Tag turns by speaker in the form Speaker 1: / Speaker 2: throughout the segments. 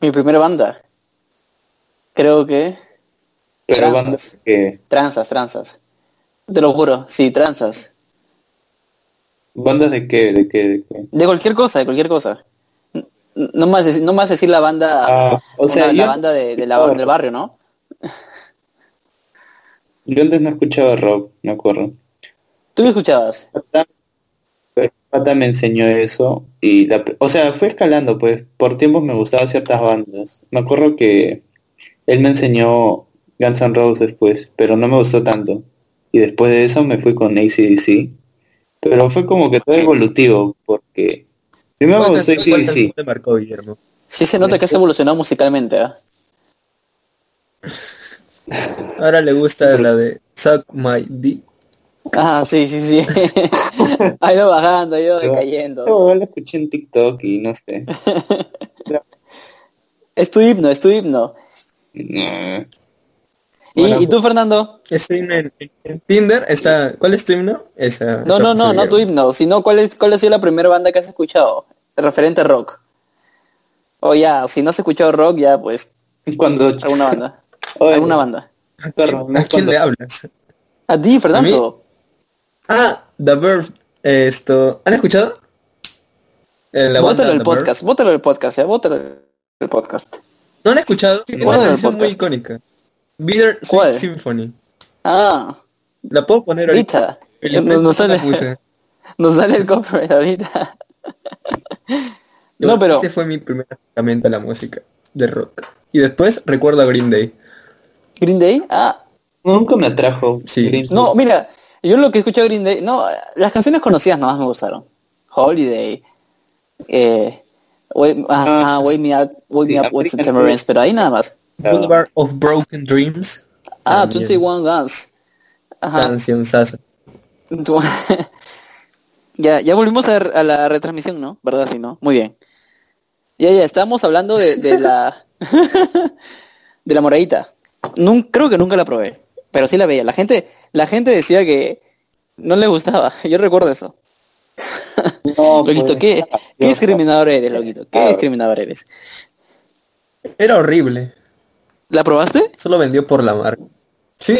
Speaker 1: Mi primera banda. Creo que.
Speaker 2: Pero
Speaker 1: Tranzas.
Speaker 2: bandas que,
Speaker 1: Tranzas, tranzas. Te lo juro, sí, tranzas.
Speaker 2: bandas de qué, de qué, de qué.
Speaker 1: De cualquier cosa, de cualquier cosa. N- No más, dec- no más decir la banda,
Speaker 2: Ah, o
Speaker 1: una-
Speaker 2: sea,
Speaker 1: la
Speaker 2: yo, Oh.
Speaker 1: banda de, de la-
Speaker 2: Claro.
Speaker 1: del barrio, ¿no?
Speaker 2: yo antes no escuchaba rock, me acuerdo.
Speaker 1: ¿Tú qué escuchabas?
Speaker 2: Pata, pues, Pata me enseñó eso y la, o sea, fue escalando, pues por tiempos me gustaban ciertas bandas. Me acuerdo que él me enseñó Guns N' Roses, pues, pero no me gustó tanto. Y después de eso me fui con ACDC. Pero fue como que todo evolutivo, porque primero me
Speaker 3: ¿Cuál
Speaker 2: gustó
Speaker 3: canción, cuál canción
Speaker 2: ACDC.
Speaker 3: te marcó Guillermo?
Speaker 1: Sí se nota que has evolucionado musicalmente, ¿ah?
Speaker 3: Ahora le gusta la de Suck My Dick.
Speaker 1: Ah, sí, sí, sí. ha ido bajando, ha ido decayendo.
Speaker 2: Yo la escuché en TikTok y no sé.
Speaker 1: Es tu himno, es tu himno.
Speaker 2: No.
Speaker 1: ¿Y,
Speaker 3: Bueno,
Speaker 1: y tú, Fernando?
Speaker 3: Ese himno en, en Tinder está. ¿Cuál es tu himno?
Speaker 1: No,
Speaker 3: Esa. esa pues
Speaker 1: no,
Speaker 3: puso
Speaker 1: no, no
Speaker 3: Guillermo.
Speaker 1: tu himno, sino cuál, es, cuál ha sido la primera banda que has escuchado, referente a rock. O ya, si no has escuchado rock, ya pues,
Speaker 2: Cuando
Speaker 1: alguna banda.
Speaker 2: Oye,
Speaker 1: alguna banda.
Speaker 2: Ah, perro,
Speaker 3: ¿A quién
Speaker 2: cuando-
Speaker 3: le hablas?
Speaker 1: A ti, Fernando.
Speaker 3: Ah, The Bird. Esto. ¿Han escuchado? Eh, la banda
Speaker 1: Bótalo el
Speaker 3: The Bird.
Speaker 1: podcast, bótalo el podcast, ya, bótalo el podcast.
Speaker 3: ¿No han escuchado? Tiene
Speaker 1: Bótalo
Speaker 3: una
Speaker 1: el
Speaker 3: canción muy
Speaker 1: podcast.
Speaker 3: icónica. Bitter
Speaker 1: ¿Cuál?
Speaker 3: Sweet Symphony.
Speaker 1: Ah,
Speaker 3: La puedo poner ahorita.
Speaker 1: ahorita.
Speaker 3: Felizmente
Speaker 1: Nos, nos
Speaker 3: no la
Speaker 1: sale,
Speaker 3: puse.
Speaker 1: nos sale el copyright ahorita. No, pero...
Speaker 3: Ese fue mi primer acercamiento a la música de rock. Y después recuerdo a Green Day.
Speaker 1: Green Day, ah,
Speaker 2: Nunca me atrajo.
Speaker 3: Sí.
Speaker 2: Green Day.
Speaker 1: no, mira, yo lo que he escuchado de Green Day, no, las canciones conocidas nomás me gustaron. Holiday, eh, Wake, ah,
Speaker 2: Ah,
Speaker 1: Wake Me Up, Wake
Speaker 2: sí,
Speaker 1: Me Up with
Speaker 2: African
Speaker 1: September Rain, pero ahí nada más.
Speaker 2: Ah.
Speaker 3: Boulevard of Broken Dreams.
Speaker 1: Ah,
Speaker 3: También.
Speaker 1: 21 Guns. Ajá.
Speaker 3: Canción sasa.
Speaker 1: Tu- ya, ya volvimos a, a la retransmisión, ¿no? ¿Verdad? Sí, ¿no? Muy bien. Ya, ya, estábamos hablando de, de la... de la moradita. Nun- creo que nunca la probé, pero sí la veía. La gente, la gente decía que no le gustaba. Yo recuerdo eso.
Speaker 2: No,
Speaker 1: Loquito,
Speaker 2: pues,
Speaker 1: ¿qué,
Speaker 2: ah,
Speaker 1: qué
Speaker 2: Dios,
Speaker 1: discriminador eres, Loquito? ¿Qué
Speaker 2: Ah.
Speaker 1: discriminador eres?
Speaker 3: Era horrible.
Speaker 1: ¿La probaste?
Speaker 3: Solo vendió por la marca. Sí.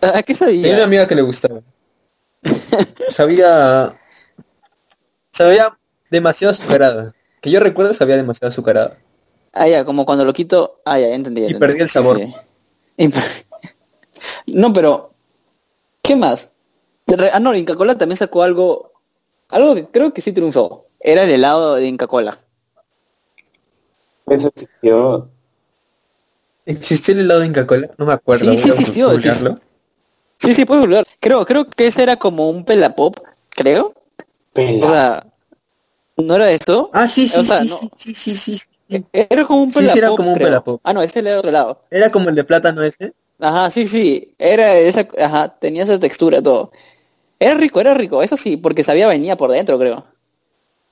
Speaker 1: ¿A qué
Speaker 3: Tenía una
Speaker 1: sabía?
Speaker 3: amiga que le gustaba. sabía... Sabía demasiado azucarada. Que yo recuerdo sabía demasiado azucarada.
Speaker 1: Ah, ya, como cuando lo quito. Ah, ya, ya entendí. ya
Speaker 3: Y
Speaker 1: entendí.
Speaker 3: perdí el sabor.
Speaker 1: Sí. Y per- No, pero. ¿Qué más? Re- Ah, no, Inca Cola también sacó algo. Algo que creo que sí triunfó. Era el helado de Inca Cola.
Speaker 2: pues, Eso existió.
Speaker 3: ¿Existió el helado de Inca Cola? No me acuerdo.
Speaker 1: Sí, sí
Speaker 3: voy a
Speaker 1: existió,
Speaker 3: googlearlo.
Speaker 1: Sí, sí, puedes olvidar. Creo, creo que ese era como un pelapop, creo. O sea, ¿no era eso?
Speaker 3: Ah, sí, sí,
Speaker 1: O sea,
Speaker 3: sí,
Speaker 1: no.
Speaker 3: sí, sí, sí, sí, sí.
Speaker 1: E- Era como un
Speaker 3: Sí, sí,
Speaker 1: pelapop.
Speaker 3: era como un
Speaker 1: creo.
Speaker 3: pelapop.
Speaker 1: Ah, no, ese era de otro lado.
Speaker 3: Era como el de plátano ese.
Speaker 1: Ajá, sí, sí. Era esa, ajá, tenía esa textura, todo. Era rico, era rico, eso sí, porque sabía venía por dentro, creo.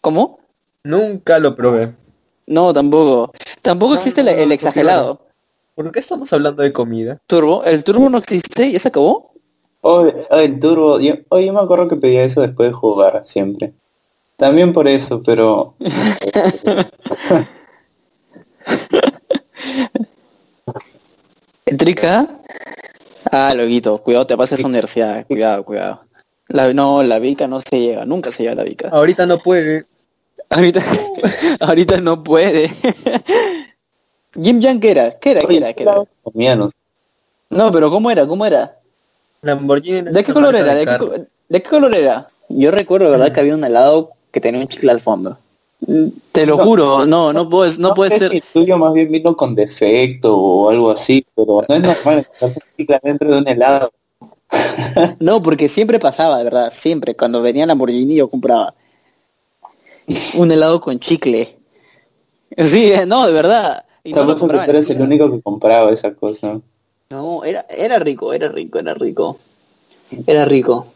Speaker 1: ¿Cómo?
Speaker 3: Nunca lo probé.
Speaker 1: No, tampoco. Tampoco
Speaker 3: No,
Speaker 1: existe
Speaker 3: no,
Speaker 1: el, el
Speaker 3: no,
Speaker 1: exagerado.
Speaker 3: ¿Por qué estamos hablando de comida?
Speaker 1: Turbo, el turbo no existe, ya se acabó.
Speaker 2: Oh, oh, el turbo. Yo, oh, yo me acuerdo que pedía eso después de jugar siempre. También por eso, pero...
Speaker 1: El trica. Ah, loguito, cuidado, te pasas a universidad, cuidado, cuidado. La, no, la vica no se lleva, nunca se lleva la vica.
Speaker 3: Ahorita no puede.
Speaker 1: Ahorita, ahorita no puede. Jim Yang, ¿qué era? ¿Qué era? ¿Qué era? ¿Qué era?
Speaker 2: Comía, no sé.
Speaker 1: No, pero ¿cómo era? ¿Cómo era?
Speaker 3: Lamborghini. no es
Speaker 1: ¿De qué
Speaker 3: una
Speaker 1: color
Speaker 3: marca
Speaker 1: era?
Speaker 3: de
Speaker 1: ¿De Mm. qué,
Speaker 3: carro.
Speaker 1: co- de qué color era? Yo recuerdo, ¿verdad? Que había un helado que tenía un chicle al fondo. Mm, Te lo
Speaker 2: No.
Speaker 1: juro, no, no puedes, no, puede
Speaker 2: sé
Speaker 1: ser.
Speaker 2: si el tuyo más bien vino con defecto o algo así, pero no es normal estar chica dentro de un helado.
Speaker 1: No, porque siempre pasaba, de verdad, siempre. Cuando venía Lamborghini yo compraba un helado con chicle. Sí, eh, no, de verdad. Y no
Speaker 2: No,
Speaker 1: lo
Speaker 2: pasa que
Speaker 1: compraba
Speaker 2: tú
Speaker 1: en
Speaker 2: eres
Speaker 1: el
Speaker 2: el único que compraba esa cosa.
Speaker 1: No, era, era rico, era rico, era rico. Era rico.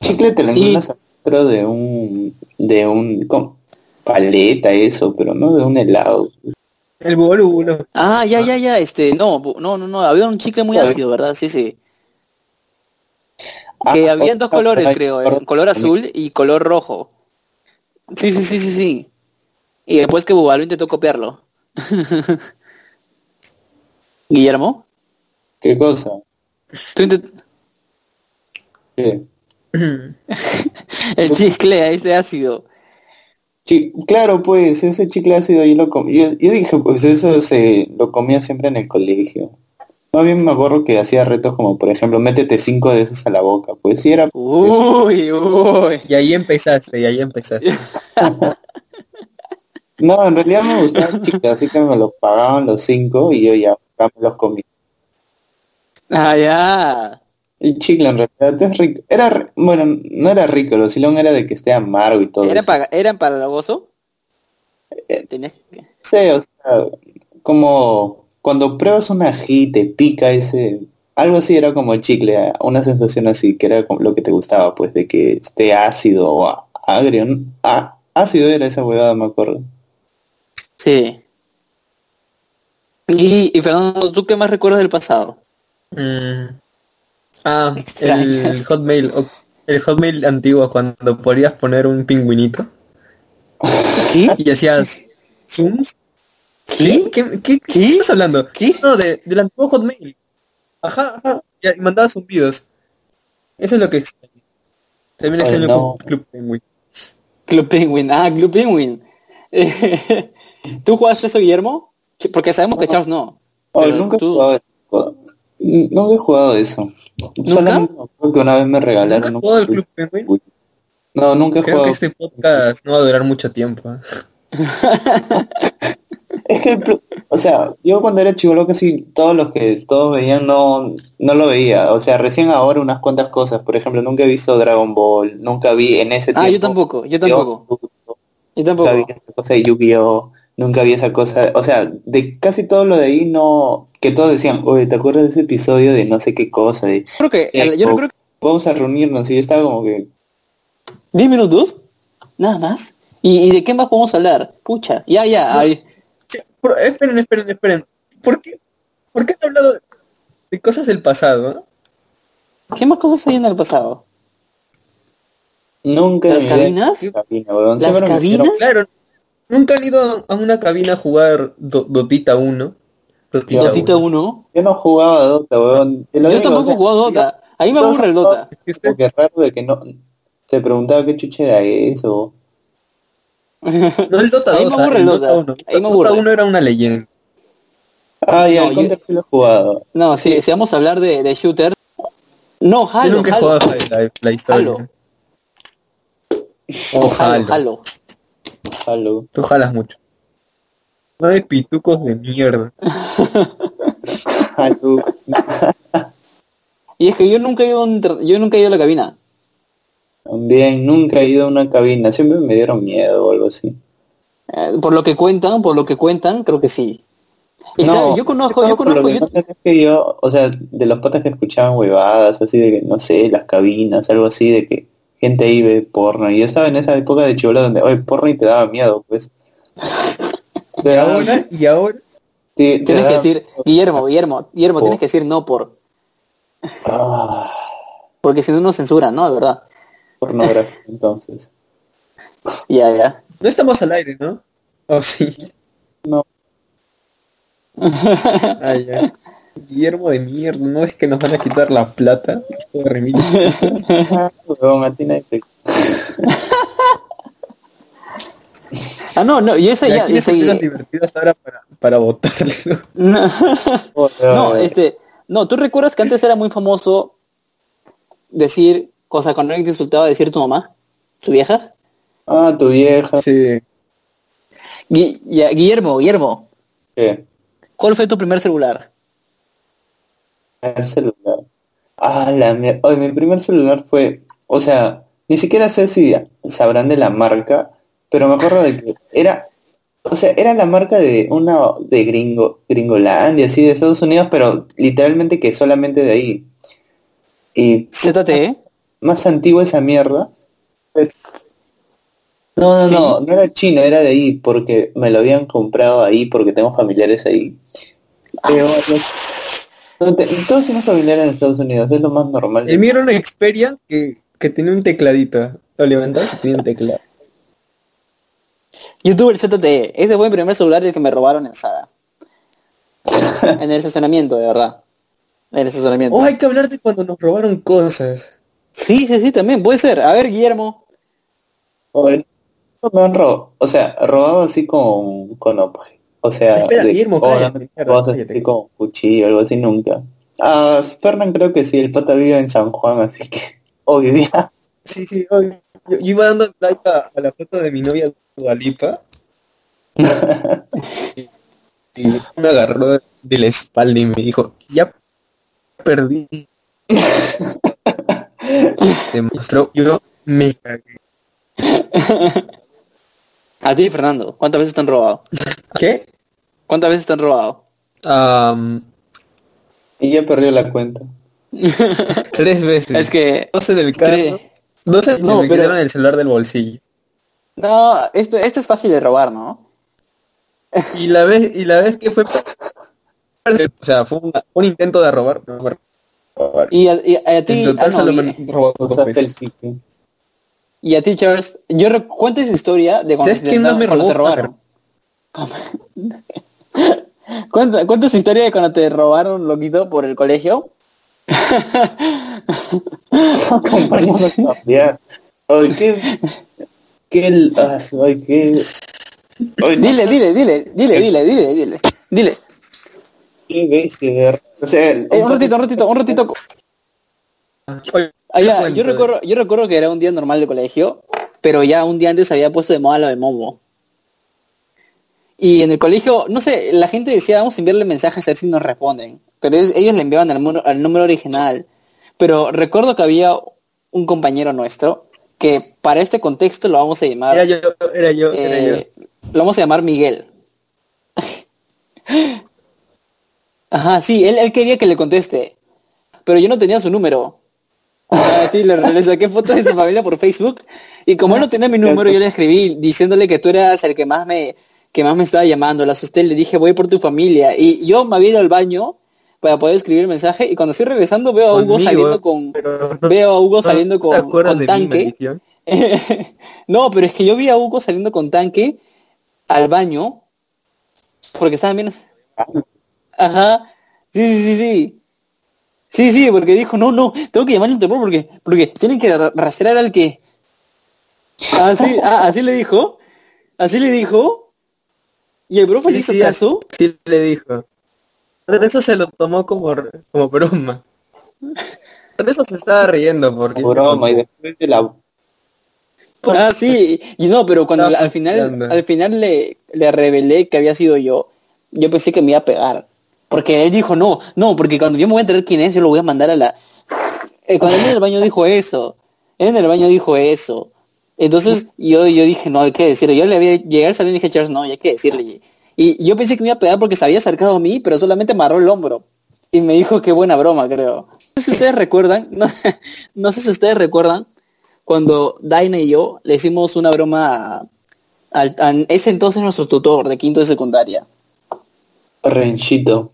Speaker 2: Chicle te lo
Speaker 1: Y-
Speaker 2: encuentras dentro de un... de un... con paleta eso, pero no de un helado.
Speaker 3: El boludo.
Speaker 1: Ah, ya, ya, ya, este, no, bu- no, no, no, había un chicle muy
Speaker 2: Claro.
Speaker 1: ácido, ¿verdad? Sí, sí.
Speaker 2: Ah,
Speaker 1: Que habían dos
Speaker 2: otra
Speaker 1: colores,
Speaker 2: cosa,
Speaker 1: creo,
Speaker 2: perdón,
Speaker 1: eh, color azul y color rojo. Sí, sí, sí, sí, sí. Y después que Bubalo intentó copiarlo. Guillermo,
Speaker 2: ¿Qué cosa?
Speaker 1: tú intent-
Speaker 2: ¿Qué?
Speaker 1: el chicle, ese ácido.
Speaker 2: Chi- claro, pues ese chicle ácido yo lo com- yo, yo dije, pues eso se lo comía siempre en el colegio. Más bien me acuerdo que hacía retos como, por ejemplo, métete cinco de esos a la boca. Pues sí era...
Speaker 1: Uy, uy.
Speaker 3: Y ahí empezaste, y ahí empezaste.
Speaker 2: No, en realidad me gustaba el chicle, así que me los pagaban los cinco y yo ya ya me los comía.
Speaker 1: Ah, ya.
Speaker 2: El chicle en realidad es rico. Era, ri- bueno, no era rico, lo silón era de que esté amargo y todo.
Speaker 1: ¿Eran
Speaker 2: eso. Eh,
Speaker 1: para, ¿Eran para el gozo? Tenías que-
Speaker 2: Sí, o sea, como cuando pruebas un ají te pica ese, algo así era como chicle, ¿eh? una sensación así que era como lo que te gustaba, pues de que esté ácido o a- agrio, ¿no? Ah, ácido era esa huevada, me acuerdo.
Speaker 1: Sí. Y, y Fernando, ¿tú qué más recuerdas del pasado?
Speaker 3: Mm. Ah,
Speaker 1: Extrañas.
Speaker 3: el hotmail. o- El hotmail antiguo, cuando podías poner un pingüinito
Speaker 1: ¿Qué?
Speaker 3: y hacías zooms.
Speaker 1: ¿Qué?
Speaker 3: ¿Qué, qué, qué
Speaker 1: ¿Qué?
Speaker 3: estás hablando?
Speaker 1: ¿Qué?
Speaker 3: No, de, del antiguo hotmail. Ajá, ajá. Y y mandabas zumbidos. Eso es lo que extraño. También
Speaker 2: Ay,
Speaker 3: extraño
Speaker 2: no.
Speaker 3: Club Club Penguin.
Speaker 1: Club Penguin, ah, Club Penguin. Eh, ¿Tú jugaste eso, Guillermo? Ch- Porque sabemos que Charles no.
Speaker 2: Oh,
Speaker 1: Pero
Speaker 2: nunca he
Speaker 1: tú-
Speaker 2: jugado eso. Nunca he jugado eso. Solamente me acuerdo que una vez me
Speaker 3: ¿Nunca
Speaker 2: regalaron
Speaker 3: has
Speaker 2: un
Speaker 3: jugado al Club Penguin?
Speaker 2: No, nunca he
Speaker 3: Creo
Speaker 2: jugado.
Speaker 3: que este podcast no va a durar mucho tiempo. ¿eh?
Speaker 2: Es que, el pl- o sea, yo cuando era chivolo casi todos los que todos veían no, no lo veía. O sea, recién ahora unas cuantas cosas. Por ejemplo, nunca he visto Dragon Ball, nunca vi en ese tiempo.
Speaker 1: Ah, yo tampoco, yo tampoco,
Speaker 2: Yo-
Speaker 1: yo
Speaker 2: nunca vi
Speaker 1: tampoco.
Speaker 2: esa cosa de Yu-Gi-Oh! Nunca vi esa cosa. O sea, de casi todo lo de ahí no. Que todos decían, oye, ¿te acuerdas de ese episodio de no sé qué cosa? De
Speaker 1: Creo que,
Speaker 2: Eh,
Speaker 1: yo no
Speaker 2: o-
Speaker 1: creo que...
Speaker 2: vamos a reunirnos. Y yo estaba como que.
Speaker 1: ¿10 minutos? Nada más. ¿Y, y de qué más podemos hablar? Pucha, ya, ya. ay.
Speaker 3: Che, pero, esperen, esperen, esperen. ¿Por qué, ¿Por qué han hablado de cosas del pasado?
Speaker 1: ¿Qué más cosas hay en el pasado?
Speaker 2: Nunca
Speaker 1: ¿Las
Speaker 2: en mi vida-
Speaker 1: cabinas?
Speaker 2: Cabina, weón.
Speaker 1: ¿Las
Speaker 2: Siempre me dijeron,
Speaker 1: cabinas?
Speaker 3: Claro, nunca han ido a una cabina a jugar do- Dotita 1. Dotita,
Speaker 1: Dotita 1.
Speaker 2: Yo no jugaba a Dota, weón. Te lo
Speaker 1: Yo
Speaker 2: digo, ¿eh? o
Speaker 1: tampoco he
Speaker 2: sea,
Speaker 1: jugado Dota. A mí me
Speaker 2: Entonces,
Speaker 1: aburre el Dota.
Speaker 3: Es que-
Speaker 2: Como que raro de que no se preguntaba qué chuche era eso.
Speaker 3: No el Dota
Speaker 1: A mí me
Speaker 3: 2,
Speaker 1: aburre
Speaker 3: el
Speaker 1: el
Speaker 3: Dota
Speaker 1: Dota.
Speaker 3: 1.
Speaker 1: A mí me
Speaker 3: El
Speaker 1: aburre.
Speaker 3: Dota 1 era una leyenda.
Speaker 2: Ah, ya,
Speaker 1: No,
Speaker 2: el
Speaker 1: yo-
Speaker 2: Counter sí lo he jugado.
Speaker 1: No, sí, si vamos a hablar de, de shooter... No,
Speaker 3: Yo
Speaker 1: Halo,
Speaker 3: nunca he
Speaker 1: Halo.
Speaker 3: jugado Half-Life, la, historia.
Speaker 1: Halo.
Speaker 3: Oh,
Speaker 1: Halo,
Speaker 3: Halo.
Speaker 1: Halo.
Speaker 2: Halo.
Speaker 3: Tú jalas mucho. No hay pitucos de mierda.
Speaker 2: Halo.
Speaker 1: Y es que yo nunca he ido, a un tra- yo nunca he ido a la cabina.
Speaker 2: También nunca he ido a una cabina, siempre me dieron miedo o algo así.
Speaker 1: Eh, por lo que cuentan, por lo que cuentan, creo que sí. Y
Speaker 2: No,
Speaker 1: sabe, yo conozco, yo
Speaker 2: por lo
Speaker 1: conozco,
Speaker 2: que
Speaker 1: yo-
Speaker 2: pasa es que yo, o sea, de los patas que escuchaban huevadas, así de que, no sé, las cabinas, algo así, de que gente ahí ve porno. Y yo estaba en esa época de chivola donde, oye, porno y te daba miedo, pues. Te
Speaker 3: Y
Speaker 2: daba-
Speaker 3: ahora, y ahora.
Speaker 2: te- te
Speaker 1: Ah, tienes que
Speaker 2: daba-
Speaker 1: decir, Guillermo, Guillermo, Guillermo,
Speaker 2: Por.
Speaker 1: tienes que decir no por,
Speaker 2: Ah.
Speaker 1: porque si no nos censuran, ¿no? De verdad.
Speaker 2: pornografía entonces.
Speaker 1: Ya, ya.
Speaker 3: No estamos al aire, ¿no? Oh, sí.
Speaker 2: No.
Speaker 3: Ay, ay. Ah, Guillermo de mierda, ¿no es que nos van a quitar la plata? Hijo de remil.
Speaker 2: Huevón, a ti nadie te-
Speaker 1: Ah, no, no, y esa
Speaker 3: Ya,
Speaker 1: ya,
Speaker 3: ¿Quiénes
Speaker 1: esa-
Speaker 3: son las divertidas ahora para, para votarle?
Speaker 1: no,
Speaker 2: Joder,
Speaker 1: no, este, no, tú recuerdas que antes era muy famoso decir cosas cuando alguien te insultaba, decir tu mamá, tu vieja.
Speaker 2: Ah, tu vieja.
Speaker 3: Sí.
Speaker 1: Gui- ya, Guillermo, Guillermo,
Speaker 2: ¿Qué?
Speaker 1: ¿cuál fue tu primer celular?
Speaker 2: El celular. Ah, la mierda. Oye, mi primer celular fue... O sea, ni siquiera sé si sabrán de la marca, pero me acuerdo de que era... O sea, era la marca de una de gringo, gringolandia, así de Estados Unidos, pero literalmente que solamente de ahí. Y
Speaker 1: ZTE.
Speaker 2: más antigua esa mierda. No, no,
Speaker 1: ¿Sí?
Speaker 2: no, no era chino, era de ahí, porque me lo habían comprado ahí, porque tengo familiares ahí. Pero
Speaker 3: Ah.
Speaker 2: no, no te- todos tienen familiares en Estados Unidos, es lo más normal.
Speaker 3: El mío era una Xperia que, que tenía un tecladito. Lo levantabas y tenía un teclado.
Speaker 1: Youtuber ZTE. E. Ese fue mi primer celular el que me robaron en Saga. en el estacionamiento, de verdad. En el estacionamiento.
Speaker 3: Oh, hay que hablar de cuando nos robaron cosas.
Speaker 1: Sí, sí, sí, también puede ser. A ver, Guillermo.
Speaker 2: O el- no me han robado, o sea, robado así con, con obje- O sea,
Speaker 3: Ah, Espera, Guillermo,
Speaker 2: o
Speaker 3: cállate,
Speaker 2: dándole
Speaker 3: mierda,
Speaker 2: cosas
Speaker 3: cállate.
Speaker 2: así con cuchillo, algo así nunca. Ah, Fernan creo que sí, el pata vive en San Juan, así que, o vivía.
Speaker 3: Sí, sí, oh, yo, yo iba dando like a, a la foto de mi novia Dualipa. y, y me agarró de, de la espalda y me dijo, ya perdí. Te mostró, yo me cagué.
Speaker 1: A ti, Fernando. ¿Cuántas veces te han robado?
Speaker 3: ¿Qué?
Speaker 1: ¿Cuántas veces te han robado?
Speaker 3: Am,
Speaker 2: Y ya perdió la cuenta.
Speaker 3: tres veces.
Speaker 1: Es que...
Speaker 3: dos en el carro.
Speaker 1: Tres.
Speaker 3: Dos en
Speaker 1: No,
Speaker 3: me
Speaker 1: pero-
Speaker 3: quitaron el celular del bolsillo.
Speaker 1: No, esto, esto es fácil de robar, ¿no?
Speaker 3: Y la vez, y la vez que fue o sea, fue una- un intento de robar, pero bueno, robar.
Speaker 1: Y a, y a ti...
Speaker 3: en total
Speaker 1: ah, no,
Speaker 3: solo
Speaker 1: y-
Speaker 3: me han robado
Speaker 2: O
Speaker 3: Ah, dos
Speaker 2: sea,
Speaker 3: veces.
Speaker 2: el-
Speaker 1: Y a ti, Charles, yo recu- cuenta esa historia de cuando,
Speaker 3: ¿Sabes quién más me
Speaker 1: cuando te
Speaker 3: robó?
Speaker 1: robaron. cuenta, cuenta esa historia de cuando te robaron, loquito, por el colegio.
Speaker 2: Acompañado a cambiar. Ay, qué... Qué... el- ah, Ay, qué... Ay, no,
Speaker 1: Dile, dile, dile, dile, dile, dile, dile. Dile.
Speaker 2: qué bestia, de verdad. O sea, el-
Speaker 1: Eh, un ratito, un ratito, un ratito.
Speaker 3: Oye,
Speaker 1: Ah, ya,
Speaker 3: cuento, eh.
Speaker 1: yo, recuerdo, yo recuerdo que era un día normal de colegio, pero ya un día antes había puesto de moda lo de Momo. Y en el colegio, no sé, la gente decía, vamos a enviarle mensajes a ver si nos responden. Pero ellos, ellos le enviaban al, mu- al número original. Pero recuerdo que había un compañero nuestro que para este contexto lo vamos a llamar...
Speaker 3: Era yo, era yo, era yo.
Speaker 1: Eh, lo vamos a llamar Miguel. Ajá, sí, él, él quería que le conteste. Pero yo no tenía su número. Ah, sí, le, le saqué fotos de su familia por Facebook. Y como él no tenía mi número, yo le escribí diciéndole que tú eras el que más me, que más me estaba llamando. La asusté, le dije, voy por tu familia. Y yo me había ido al baño para poder escribir el mensaje. Y cuando estoy regresando veo a Hugo
Speaker 3: Conmigo, eh,
Speaker 1: saliendo con.
Speaker 3: pero no-
Speaker 1: Veo a Hugo
Speaker 3: no
Speaker 1: saliendo
Speaker 3: ¿Te
Speaker 1: con,
Speaker 3: acuerdas
Speaker 1: con
Speaker 3: de mí,
Speaker 1: tanque.
Speaker 3: maldición?
Speaker 1: no, pero es que yo vi a Hugo saliendo con tanque al baño porque estaban bien. Ajá. Sí, sí, sí, sí. Sí, sí, porque dijo, no, no, tengo que llamar a Interpol porque, porque tienen que ra- rastrear al que. Así, ah, así le dijo. Así le dijo. Y el profe le
Speaker 3: Sí,
Speaker 1: hizo
Speaker 3: sí,
Speaker 1: caso.
Speaker 3: Sí, le dijo. Eso se lo tomó como, como broma. Eso se estaba riendo porque...
Speaker 2: Broma, y después de la...
Speaker 1: Ah, sí, y no, pero cuando
Speaker 3: Estaba
Speaker 1: al final,
Speaker 3: confiando.
Speaker 1: al final le, le revelé que había sido yo, yo pensé que me iba a pegar. Porque él dijo, no, no, porque cuando yo me voy a enterar quién es, yo lo voy a mandar a la... Eh, cuando él en el baño dijo eso, él en el baño dijo eso. Entonces yo, yo dije, no, hay que decirle. Yo le había llegué al salón y dije, Charles, no, hay que decirle. Y yo pensé que me iba a pegar porque se había acercado a mí, pero solamente amarró el hombro. Y me dijo, qué buena broma, creo. No sé si ustedes recuerdan, no, no sé si ustedes recuerdan, cuando Daina y yo le hicimos una broma a, al- a ese entonces nuestro tutor de quinto de secundaria.
Speaker 2: Renchito.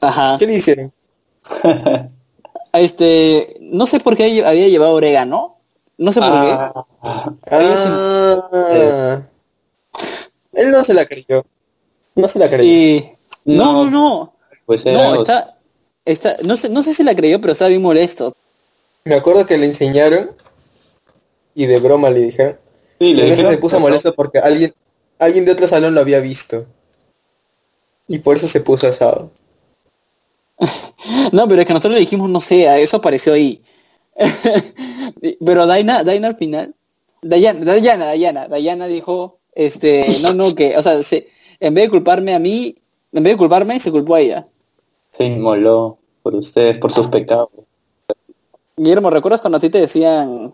Speaker 1: Ajá.
Speaker 3: ¿Qué le hicieron?
Speaker 1: Este, no sé por qué había llevado orégano. No sé por
Speaker 2: Ah,
Speaker 3: Ah. Él no se la creyó. No se la
Speaker 1: qué.
Speaker 3: creyó.
Speaker 1: Y... No, no, no.
Speaker 2: pues era...
Speaker 1: No, está, está, no sé, no sé si la creyó, pero estaba bien molesto.
Speaker 3: Me acuerdo que le enseñaron y de broma le dijeron.
Speaker 2: Sí,
Speaker 3: Y
Speaker 2: le dijeron-
Speaker 3: se puso molesto porque alguien, alguien de otro salón lo había visto. Y por eso se puso asado.
Speaker 1: No, pero es que nosotros le dijimos, no sé, a eso apareció ahí. pero Daina, Daina al final, Dayana, Dayana, Dayana, Dayana dijo, este, no, no, que, o sea, se- en vez de culparme a mí, en vez de culparme, se culpó a ella.
Speaker 2: Se inmoló por ustedes, por sus pecados.
Speaker 1: Guillermo, ¿recuerdas cuando a ti te decían,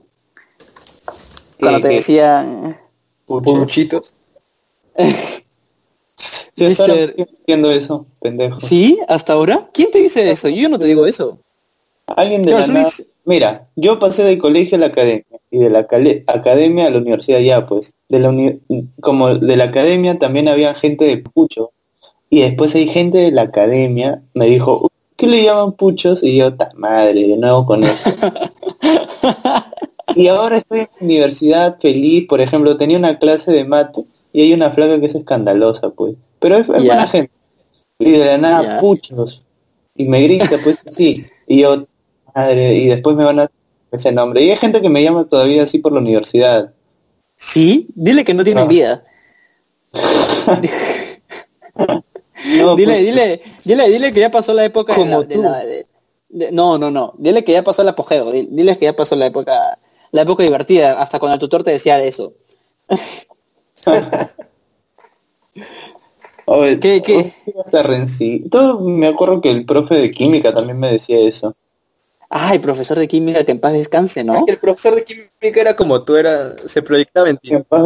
Speaker 1: cuando
Speaker 2: Eh,
Speaker 1: te
Speaker 2: eh,
Speaker 1: decían,
Speaker 2: pucho.
Speaker 3: Puchitos.
Speaker 2: Sí,
Speaker 1: Mister-
Speaker 2: ahora estoy haciendo eso, pendejo.
Speaker 1: sí, hasta ahora? ¿Quién te dice eso? Yo no te digo eso.
Speaker 2: Alguien de
Speaker 1: George
Speaker 2: la nada-
Speaker 1: Luis.
Speaker 2: Mira, yo pasé del colegio a la academia y de la cale- academia a la universidad ya, pues. De la uni- como de la academia también había gente de pucho. Y después hay gente de la academia, me dijo, "Uy, ¿qué le llaman puchos? Y yo, ta madre, de nuevo con eso. y ahora estoy en la universidad feliz, por ejemplo, tenía una clase de mate y hay una flaca que es escandalosa, pues. Pero es, es
Speaker 1: Ya.
Speaker 2: buena gente. Y de la nada,
Speaker 1: Ya.
Speaker 2: puchos. Y me grita, pues, sí. Y yo, madre, y después me van a ese nombre. Y hay gente que me llama todavía así por la universidad.
Speaker 1: ¿Sí? Dile que no tienen
Speaker 2: No.
Speaker 1: vida.
Speaker 2: No,
Speaker 1: Dile,
Speaker 2: pues,
Speaker 1: dile, dile, dile que ya pasó la época de
Speaker 3: Como
Speaker 1: la- de
Speaker 3: tú.
Speaker 1: la- de- de- no, no, no. Dile que ya pasó el apogeo. Dile, dile que ya pasó la época, la época divertida, hasta cuando el tutor te decía eso.
Speaker 2: pues. oye,
Speaker 1: ¿Qué, qué?
Speaker 2: hasta rencí. Todo, me acuerdo que el profe de química también me decía eso.
Speaker 1: Ay, profesor de química, que en paz descanse, ¿no?
Speaker 3: El profesor de química era como tú, era, se proyectaba en ti.
Speaker 2: Que en paz